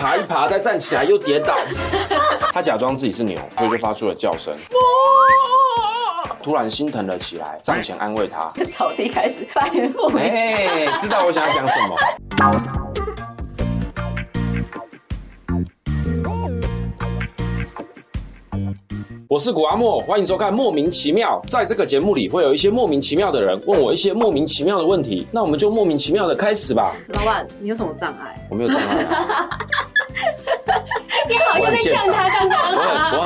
爬一爬，再站起来又 跌倒。他假装自己是牛，啊所以就发出了叫声。突然心疼了起来，上前安慰他。 草地开始翻云覆雨。哎、知道我想要讲什么。我是古阿莫，欢迎收看《莫名其妙》。在这个节目里，会有一些莫名其妙的人问我一些莫名其妙的问题，那我们就莫名其妙的开始吧。老板，你有什么障碍？我没有障碍、啊， 你好像在呛他刚我刚很我啊。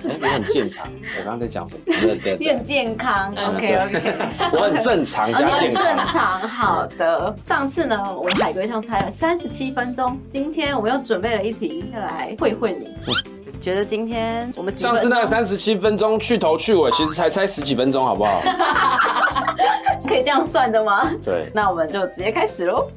很哎、我很健常。我刚刚在讲什么？对对你对很健康 嗯，OK OK，我哦很正常你加很健正康。常，好的。上次呢，我们海龟汤猜了三十七分钟，今天我们又准备了一题要来会会你。觉得今天我们嗯几上次那个分三十七分钟去头去尾，其实才猜十几分钟，好不好？钟可以这样算 的吗？对，那我们就直接开始喽。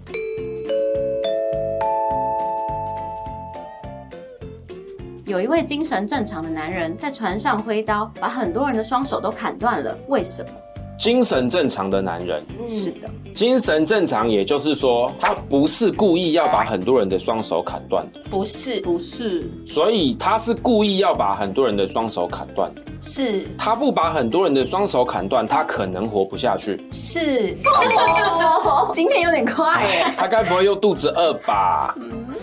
有一位精神正常的男人在船上挥刀，把很多人的双手都砍断了。为什么？精神正常的男人，是的，精神正常，也就是说他不是故意要把很多人的双手砍断的，不是，不是，所以他是故意要把很多人的双手砍断的。是他不把很多人的双手砍断，他可能活不下去。是，哦今天有点快耶。他该不会又肚子饿吧？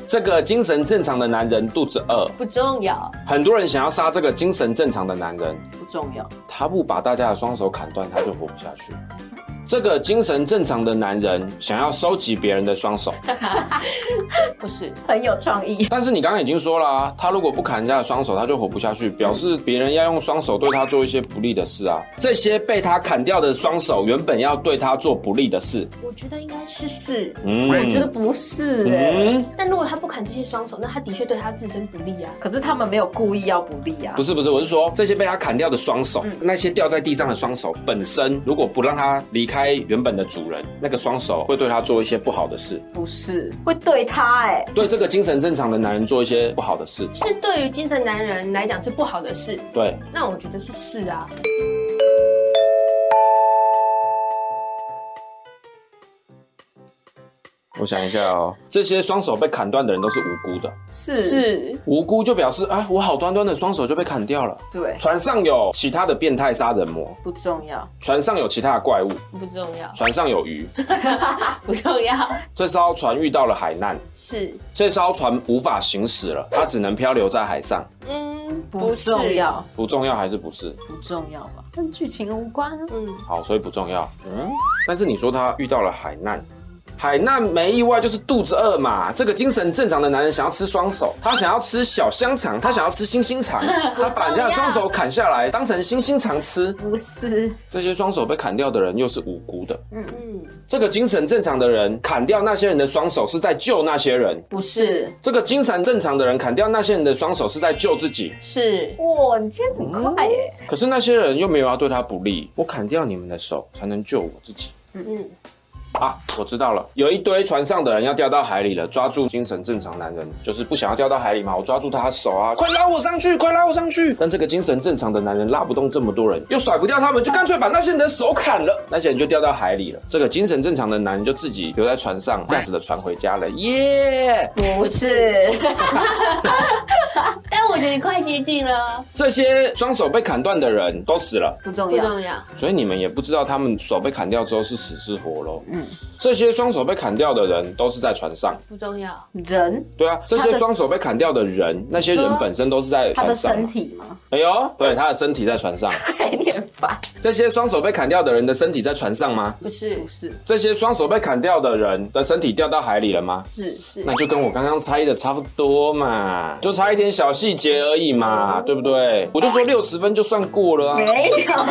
这个精神正常的男人肚子饿，不重要，很多人想要杀这个精神正常的男人，不重要，他不把大家的双手砍断，他就活不下去。这个精神正常的男人想要收集别人的双手，不是，很有创意。但是你刚刚已经说了、啊，他如果不砍人家的双手，他就活不下去，表示别人要用双手对他做一些不利的事啊。这些被他砍掉的双手，原本要对他做不利的事。我觉得应该是是。嗯，我觉得不是哎、嗯，但如果他不砍这些双手，那他的确对他自身不利啊。可是他们没有故意要不利啊不。是不是，我是说这些被他砍掉的双手，嗯那些掉在地上的双手本身，如果不让他离开原本的主人，那个双手会对他做一些不好的事，不是，会对他哎、对这个精神正常的男人做一些不好的事。是对于精神男人来讲是不好的事，对，那我觉得是是啊。我想一下哦，这些双手被砍断的人都是无辜的，是是，无辜就表示啊，我好端端的双手就被砍掉了。对，船上有其他的变态杀人魔，不重要，船上有其他的怪物，不重要，船上有 鱼。不重要，这艘船遇到了海难，是，这艘船无法行驶了，它只能漂流在海上。嗯，不是重，要，不重要还是不是？不重要吧？跟剧情无关啊。嗯，好，所以不重要。嗯，但是你说他遇到了海难，海难没意外就是肚子饿嘛。这个精神正常的男人想要吃双手，他想要吃小香肠，他想要吃星星肠，他把人家的双手砍下来当成星星肠吃。不是，这些双手被砍掉的人又是无辜的。嗯，这个精神正常的人砍掉那些人的双手是在救那些人，不是，这个精神正常的人砍掉那些人的双手是在救自己。是，哇，你今天很快耶！可是那些人又没有要对他不利，我砍掉你们的手才能救我自己。嗯，啊，我知道了，有一堆船上的人要掉到海里了，抓住精神正常男人，就是不想要掉到海里嘛，我抓住他的手啊，快拉我上去，快拉我上去。但这个精神正常的男人拉不动这么多人，又甩不掉他们，就干脆把那些人的手砍了，那些人就掉到海里了。这个精神正常的男人就自己留在船上，驾驶着船回家了，耶！不是，但哎我觉得你快接近了，这些双手被砍断的人都死了。不重不要，重要，所以你们也不知道他们手被砍掉之后是死是活喽。嗯嗯，这些双手被砍掉的人都是在船上，不重要，人对啊，这他些的双手被砍掉的人，那些人本身都是在他的船身上。体吗？ 哎呦，对，他的身体在船上。有点烦。这些双手被砍掉的人的身体在船上吗？不是不，是，这些双手被砍掉的人的身体掉到海里了吗？是是那，就跟我刚刚猜的差不多嘛，就差一点小细节而已嘛，对不对？我就说六十分就算过了啊。没有，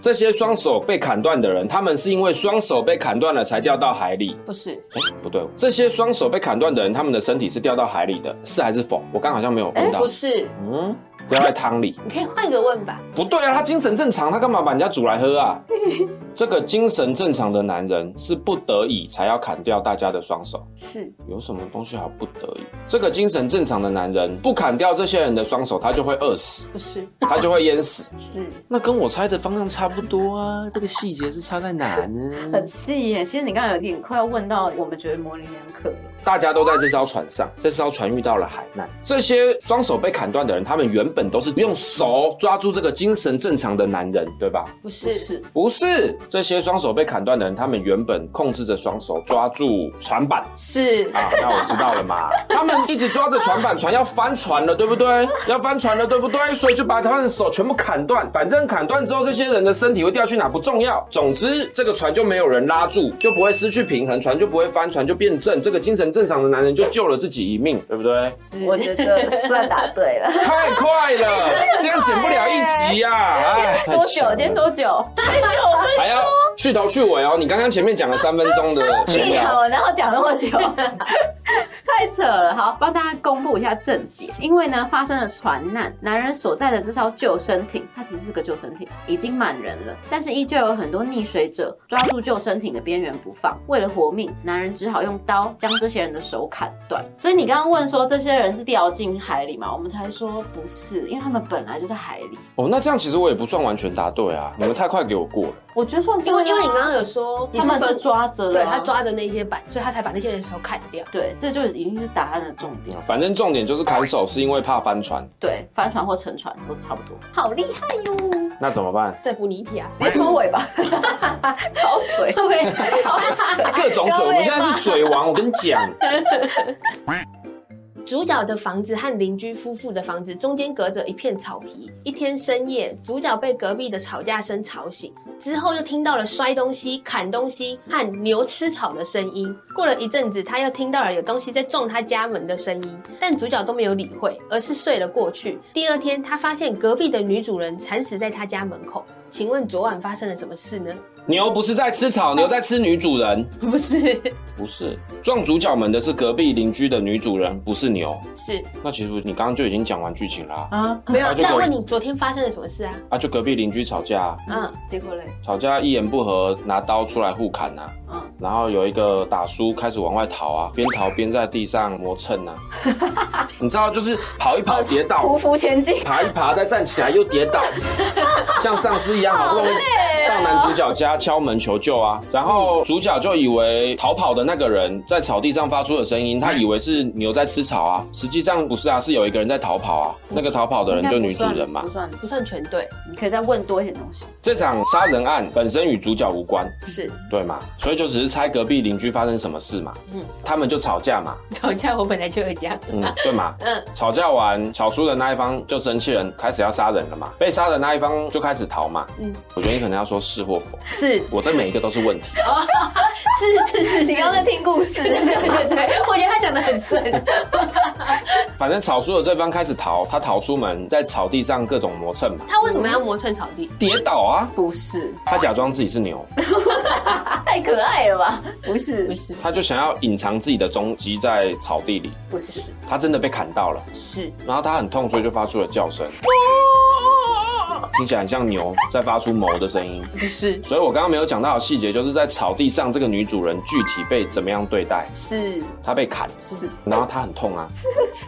这些双手被砍断的人，他们是因为双手被砍断了才掉到海里。不是，哎，不对，这些双手被砍断的人，他们的身体是掉到海里的，是还是否？我刚好像没有问到。哎不是，嗯，掉在汤里。你可以换个问吧。不对啊，他精神正常，他干嘛把人家煮来喝啊？ 这个精神正常的男人是不得已才要砍掉大家的双手。是有什么东西好不得已？这个精神正常的男人不砍掉这些人的双手，他就会饿 死，不是？他就会淹死。是那跟我猜的方向差不多啊，这个细节是差在哪呢很？气耶！其实你刚刚有点快要问到我们觉得模棱两可了。 大家都在这艘船上，这艘船遇到了海难。这些双手被砍断的人，他们原本都是用手抓住这个精神正常的男人，对吧？不是？不是，这些双手被砍断的人，他们原本控制着双手抓住船板是啊，那我知道了嘛。他们一直抓着船板，船要翻船了，对不对？要翻船了，对不对？所以就把他们的手全部砍断。反正砍断之后，这些人的身体会掉去哪不重要。总之，这个船就没有人拉住，就不会失去平衡，船就不会翻，船就变正。这个精神正常的男人就救了自己一命，对不对？是我觉得算答对了。太快了，今天剪不了一集呀、啊！哎，多久？今天多久？还要去头去尾哦。你刚刚前面讲了三分钟的闲哎屁聊，哦，然后讲那么久， 太扯了。好，帮大家公布一下正解，因为呢发生了船难，男人所在的这艘救生艇，它其实是个救生艇，已经满人了，但是依旧有很多溺水者抓住救生艇的边缘不放。为了活命，男人只好用刀将这些人的手砍断。所以你刚刚问说这些人是掉进海里嘛？我们才说不是，因为他们本来就在海里。哦，那这样其实我也不算完全答对啊，你们太快给我过了。我觉得算对因啊为因为你刚刚有说你他们是分，抓着的对啊、他抓着那些板，所以他才把那些人手砍掉。对，这就已经是答案的重点。反正重点就是砍手是因为怕翻船，对，帆船或沉船都差不多。好厉害哟！那怎么办？再补你一题啊！别抽尾 吧，超水。对， 超水。各种水，我们现在是水王，我跟你讲， 主角的房子和邻居夫妇的房子中间隔着一片草皮。一天深夜，主角被隔壁的吵架声吵醒，之后又听到了摔东西、砍东西和牛吃草的声音。过了一阵子，他又听到了有东西在撞他家门的声音，但主角都没有理会，而是睡了过去。第二天，他发现隔壁的女主人惨死在他家门口。请问昨晚发生了什么事呢？牛不是在吃草，牛在吃女主人，不是，不是撞主角们的是隔壁邻居的女主人，不是牛。是那其实你刚刚就已经讲完剧情啦、啊，啊，没有啊啊。就那隔问你昨天发生了什么事啊？就隔壁邻居吵架啊，嗯，结果嘞，吵架一言不合拿刀出来互砍啊，嗯，然后有一个打叔开始往外逃啊，边逃边在地上磨蹭啊， 你知道就是跑一跑跌倒匍，匐前进，爬一爬再站起来又跌倒，像丧尸一样，好不容易到男主角家敲门求救啊，然后主角就以为逃跑的那个人在草地上发出的声音，他以为是牛在吃草啊，实际上不是啊，是有一个人在逃跑啊，那个逃跑的人就女主人嘛不。算，不算不算全对，你可以再问多一点东西。这场杀人案本身与主角无关，是。对嘛？所以就只是猜隔壁邻居发生什么事嘛，嗯他们就吵架嘛，吵架我本来就会这样。嗯，对嘛？嗯，吵架完，小叔的那一方就生气了，开始要杀人了嘛。被杀的那一方就开始逃嘛。嗯嗯，我觉得你可能要说是或否。是我这每一个都是问题。是是是是，你刚在听故事，对对对对对，我觉得他讲的很顺。反正草叔的这方开始逃，他逃出门，在草地上各种磨蹭嘛，他为什么要磨蹭草地？跌倒啊。不是，他假装自己是牛，太可爱了啊吧？不是，不是他就想要隐藏自己的踪迹在草地里。不是，他真的被砍到了，是然后他很痛，所以就发出了叫声，听起来很像牛在发出哞的声音。不是所以我刚刚没有讲到的细节，就是在草地上这个女主人具体被怎么样对待，是她被砍，是，然后她很痛啊，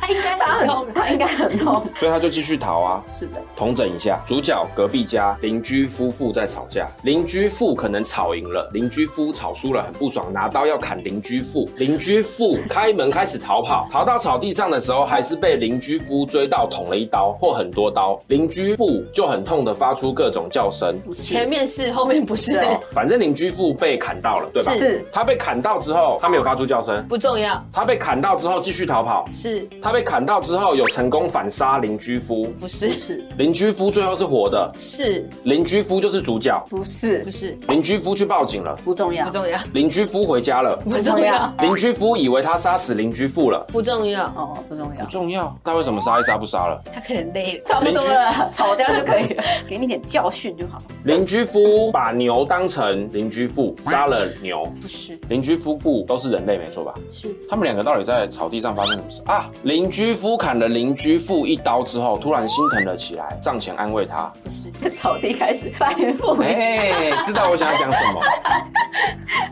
他应该很痛他应该很痛。所以她就继续逃啊。是的，统整一下，主角隔壁家邻居夫妇在吵架，邻居妇可能吵赢了，邻居夫吵输了，很不爽，拿刀要砍邻居妇。邻居妇开门开始逃跑，逃到草地上的时候，还是被邻居夫追到，捅了一刀或很多刀。邻居妇就很痛的发出各种叫声。不前是，面是后面不是，对反正邻居妇被砍到了，对吧？是她被砍到之后，她没有发出叫声。不重要，她被砍到之后继续逃跑，是她被砍到之后有成功反杀邻居夫，不是是，邻居夫最后是活的，是邻居夫就是主角。不是不，是邻居夫去报警了，不重要不，重要邻居夫回家了，不重要邻居夫以为他杀死邻居妇了，不重要，哦，不重要不，重要，他为什么杀一杀不杀了？他可能累了。差不不多多了，吵架就可以了。 给你点教训就好了。邻居夫把牛当成邻居妇，杀了牛。不是，邻居夫妇都是人类，没错吧？是他们两个到底在草地上发生什么事啊？邻居夫砍了邻居妇一刀之后，突然心疼了起来，上前安慰他。不是，在草地开始翻云覆雨。哎、知道我想要讲什么？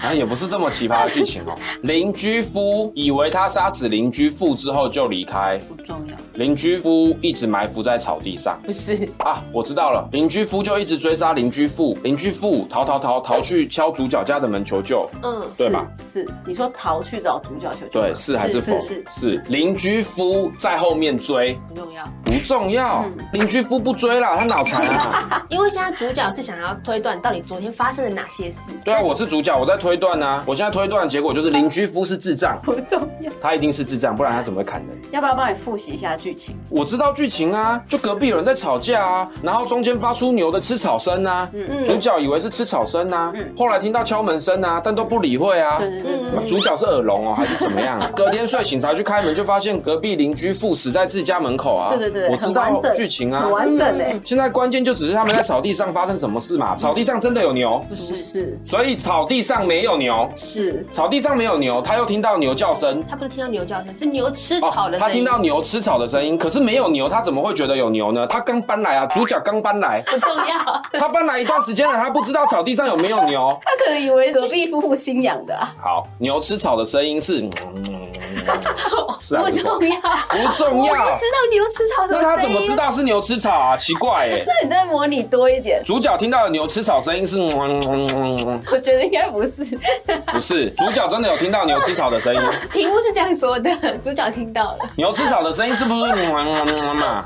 啊，也不是这么奇葩的剧情哦。邻居夫以为他杀死邻居妇之后就离开，不重要，邻居夫一直埋伏在草地上。不是，啊，我知道了，邻居夫就一直追杀邻居妇，邻居妇逃逃逃逃去敲主角家的门求救。嗯，对吧是？是，你说逃去找主角求救吗，对，是还是否？是是，是邻居夫在后面追，不重要。不重要嗯。邻、居夫不追啦，他脑残 啊。因为现在主角是想要推断到底昨天发生了哪些事。对啊，我是主角，我在推断啊。我现在推断的结果就是邻居夫是智障，不重要，他一定是智障，不然他怎么会砍人？要不要帮你复习一下剧情？我知道剧情啊，就隔壁有人在吵架啊，然后中间发出牛的吃草声啊，嗯主角以为是吃草声啊，嗯后来听到敲门声啊，但都不理会啊。对对对对嗯对，主角是耳聋哦，还是怎么 样、啊？隔天睡醒才去开门，就发现隔壁邻居父死在自己家门口啊！对对对我知很完道整剧情啊很。完整欸嘞。现在关键就只是他们在草地上发生什么事嗯嘛？草地上真的有牛，不是所以草地上没有牛，是草地上没有牛，他又听到牛叫声。他不是听到牛叫声，是牛吃哦草的声音。他听到牛吃草的声音，可是没有牛，他怎么会觉得有牛呢？他刚搬来啊，主角刚搬来，不重要， 他搬来一段时间了，他不知道草地上有没有 牛。他可能以为隔壁夫妇新养的啊，好，牛吃草的声音是， 是啊，不是啊 重要。不重我要不知。道牛吃草什那么声音。他怎么知？道是牛吃草啊？奇怪耶、那你再模拟多一 点，主角听到的牛吃草声音是，我觉得应该不是。不是主角真的有听到牛吃草的 声音？题目是这样说的，主角听到了，牛吃草的声音是不是嘛？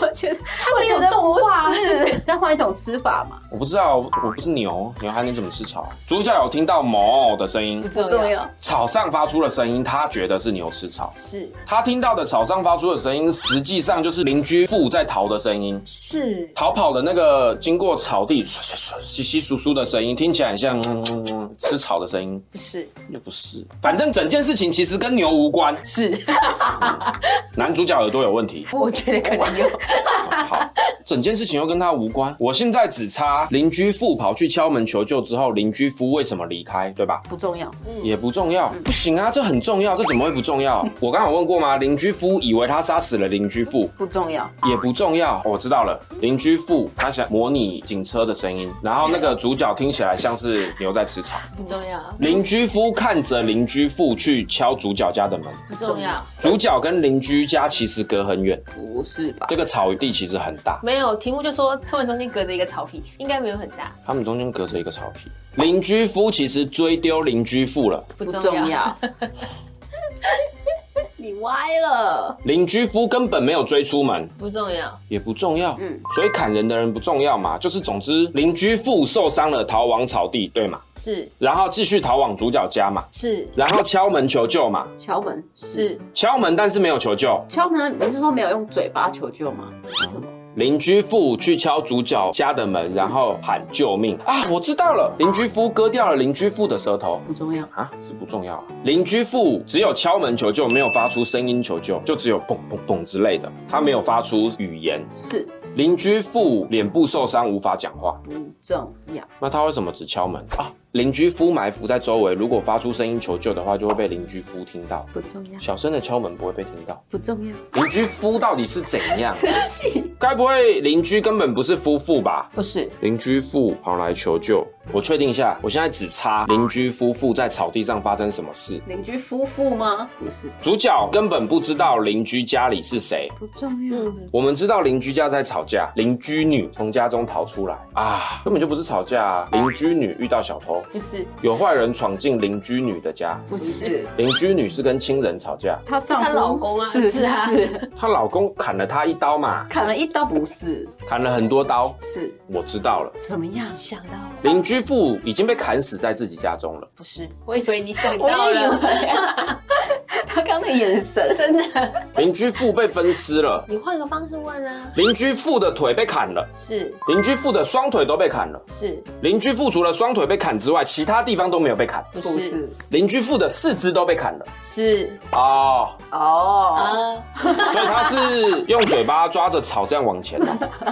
我觉得他没有动画是， 再换一种吃法嘛，我不知道，我不是牛，牛还能怎么吃草？主角有听到哞的声音不，不重要。草上发出的声音，他觉得是牛吃草。是他听到的草上发出的声音，实际上就是邻居父在逃的声音。是，逃跑的那个经过草地唰唰唰稀稀疏疏的声音，听起来很像、嗯嗯嗯、吃草的声音，不是又不是。反正整件事情其实跟牛无关。是？，男主角耳朵有问题我觉得可能有。好，整件事情又跟他无关。我现在只差邻居父跑去敲门求救之后，邻居夫为什么离开，对吧？ 不重要，也不重要，不行啊，这很重要，这怎么会不重要？我刚刚有问过吗？邻居夫以为他杀死了邻居父，不重要，也不重要，我知道了。邻居父他想模拟警车的声音，然后那个主角听起来像是牛在吃草。不重要，邻居夫看着邻居父去敲主角家的门，不重要，主角跟邻居家其实隔很远，不是吧？这个草地其实很大，没有。题目就说他们中间隔着一个草皮，应该没有很大，他们中间隔着一个草皮。邻居夫其实追丢邻居父了，不不重重要。要， 你歪了，邻居夫根本没有追出门，不重要，也不重要。嗯所以砍人的人不重要嘛，就是总之邻居父受伤了，逃往草地，对嘛？是然后继续逃往主角家嘛，是然后敲门求救嘛，敲门是是，敲门，但是没有求救。敲门，你是说没有用嘴巴求救吗？是什么？邻居妇去敲主角家的门，然后喊救命啊！我知道了，邻居夫割掉了邻居妇的舌头不重要，啊，是不重要、啊。邻居妇只有敲门求救，没有发出声音求救，就只有嘣嘣嘣之类的，他没有发出语言。是邻居妇脸部受伤，无法讲话，不重要，那他为什么只敲门啊？邻居夫埋伏在周围，如果发出声音求救的话，就会被邻居夫听到。不重要，小声的敲门不会被听到。不重要， 邻居夫到底是怎样？生气该不会邻居根本不是夫妇吧？不是，邻居妇跑来求救，我确定一下，我现在只差邻居夫妇在草地上发生什么事。邻居夫妇吗？不是，主角根本不知道邻居家里是谁。不重要，嗯，我们知道邻居家在吵架，邻居女从家中逃出来啊，根本就不是吵架啊！邻居女遇到小偷，就是有坏人闯进邻居女的家，不是，邻居女是跟亲人吵架，她丈夫夫是是啊，是她老公砍了她一刀嘛， 砍了一刀，不是，砍了很多刀。 是我知道了，怎么样？想到了，邻居妇已经被砍死在自己家中了。不是，我以为你想我到也以了， 为啊，他刚刚的眼神， 真的，邻居父被分尸了，你换个方式问啊，邻居父的腿被砍了，是邻居父的双腿都被砍了。是邻居父除了双腿被砍之外，其他地方都没有被砍。不不是是邻居父的四肢都被砍了是哦， 哦，啊所以他是用嘴巴抓着草这样往前。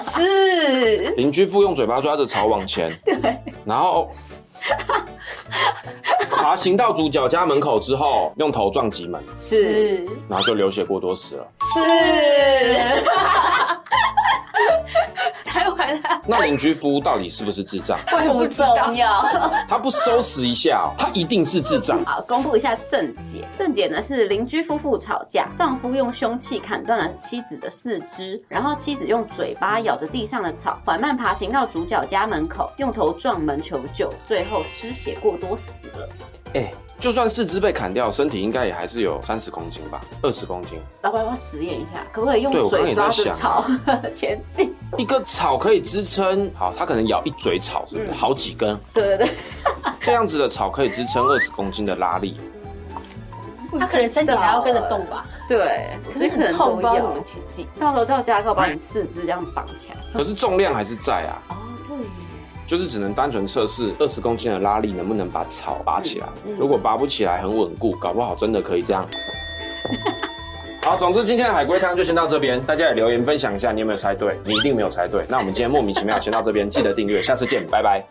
是，邻居父用嘴巴抓着草往前，对，然后爬行到主角家门口之后，用头撞击门，是 是然后就流血过多死了。是， 猜完了，那邻居夫到底是不是智障？会不不知道重要。 他不收拾一下哦、他一定是智障。好，公布一下正解。正解呢是邻居夫妇吵架，丈夫用凶器砍断了妻子的四肢，然后妻子用嘴巴咬着地上的草，缓慢爬行到主角家门口，用头撞门求救，最后失血过多死了。哎、就算四肢被砍掉，身体应该也还是有三十公斤吧，二十公斤。老板，要不要实验一下，可不可以用对我刚刚嘴也在抓着想草前进？一个草可以支撑，好，它可能咬一嘴草，是不是？嗯好几根，对对对，这样子的草可以支撑二十公斤的拉力。他可能身体还要跟着动吧，对，可是很痛，不知道怎么前进。到时候叫家狗把你四肢这样绑起来。可是重量还是在啊，哦，对耶，就是只能单纯测试二十公斤的拉力能不能把草拔起来。如果拔不起来，很稳固，搞不好真的可以这样。好，总之今天的海龟汤就先到这边，大家也留言分享一下你有没有猜对，你一定没有猜对。那我们今天莫名其妙先到这边，记得订阅，下次见，拜拜。